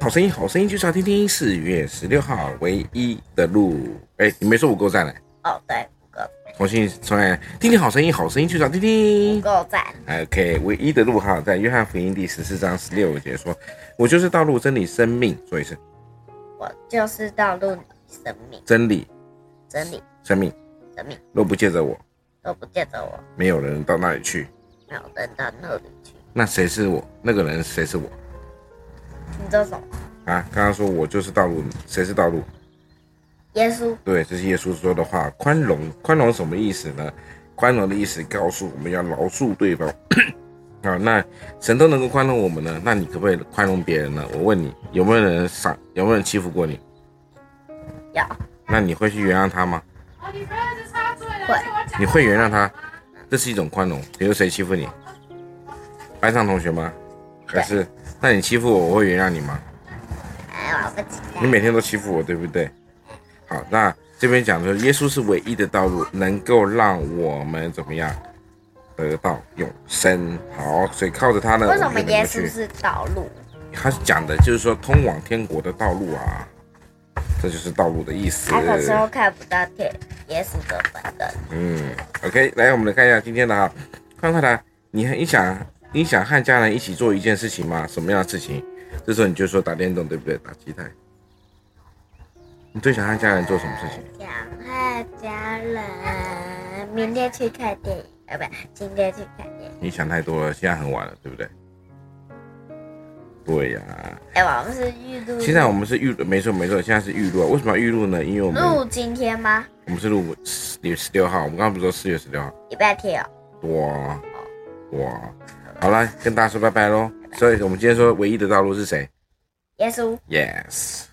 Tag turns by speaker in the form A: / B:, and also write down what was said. A: 好声音，好声音就是要听听。四月十六号，唯一的路。哎，你没说五够赞呢？
B: 哦，对，五个
A: 重新重来，听听好声音，好声音就是要听
B: 五
A: 听。
B: 个赞，
A: OK，唯一的路哈，在约翰福音第十四章十六节说：“我就是道路、真理、生命。”所以是
B: 我就是道路、生命、
A: 真理、
B: 真理、
A: 生命。
B: 生命，
A: 若不借着我，
B: 都不见着我，
A: 没有人到那里去。
B: 没有人到那里去。
A: 那谁是我？那个人谁是我？
B: 你这种
A: 啊，刚刚说我就是道路，谁是道路？
B: 耶稣
A: 对，这是耶稣说的话。宽容，宽容什么意思呢？宽容的意思告诉我们要饶恕对方。 啊，那神都能够宽容我们呢，那你可不可以宽容别人呢？我问你，有没有人伤，有没有人欺负过你？
B: 要
A: 那你会去原谅他吗？
C: 哦，你不要一直插嘴了，
B: 会
C: 而且我讲
A: 你会原谅他？这是一种宽容。比如谁欺负你，班上同学吗？还是？那你欺负我，我会原谅你吗？
B: 哎，我不起
A: 你
B: 来，
A: 每天都欺负我，对不对？好，那这边讲说，耶稣是唯一的道路，能够让我们怎么样得到永生。好，所以靠着他呢，
B: 为什
A: 我
B: 么
A: 们就能
B: 耶
A: 够
B: 稣
A: 去。
B: 是道路？
A: 他讲的就是说通往天国的道路啊，这就是道路的意思。
B: 他可是又看不到天耶稣的本人。
A: 嗯，OK，来，我们来看一下今天的哈，看看来，你很你想你想和家人一起做一件事情吗？什么样的事情？这时候你就说打电动，对不对？打机台。你最想和家人做什么事情？
B: 想和家人明天去看电影，呃，不，今天去看电影。
A: 你想太多了，现在很晚了，对不对？对呀、
B: 哎、我们是预录，
A: 现在我们是预录，没错没错，现在是预录啊。为什么要预录呢？因为我们
B: 录今天吗？
A: 我们是录十月十六号，我们刚刚不是说四月十六号？
B: 礼拜天哦。
A: 哇哇，好了，跟大家说拜拜喽。所以我们今天说唯一的道路是谁
B: 耶稣
A: ？Yes。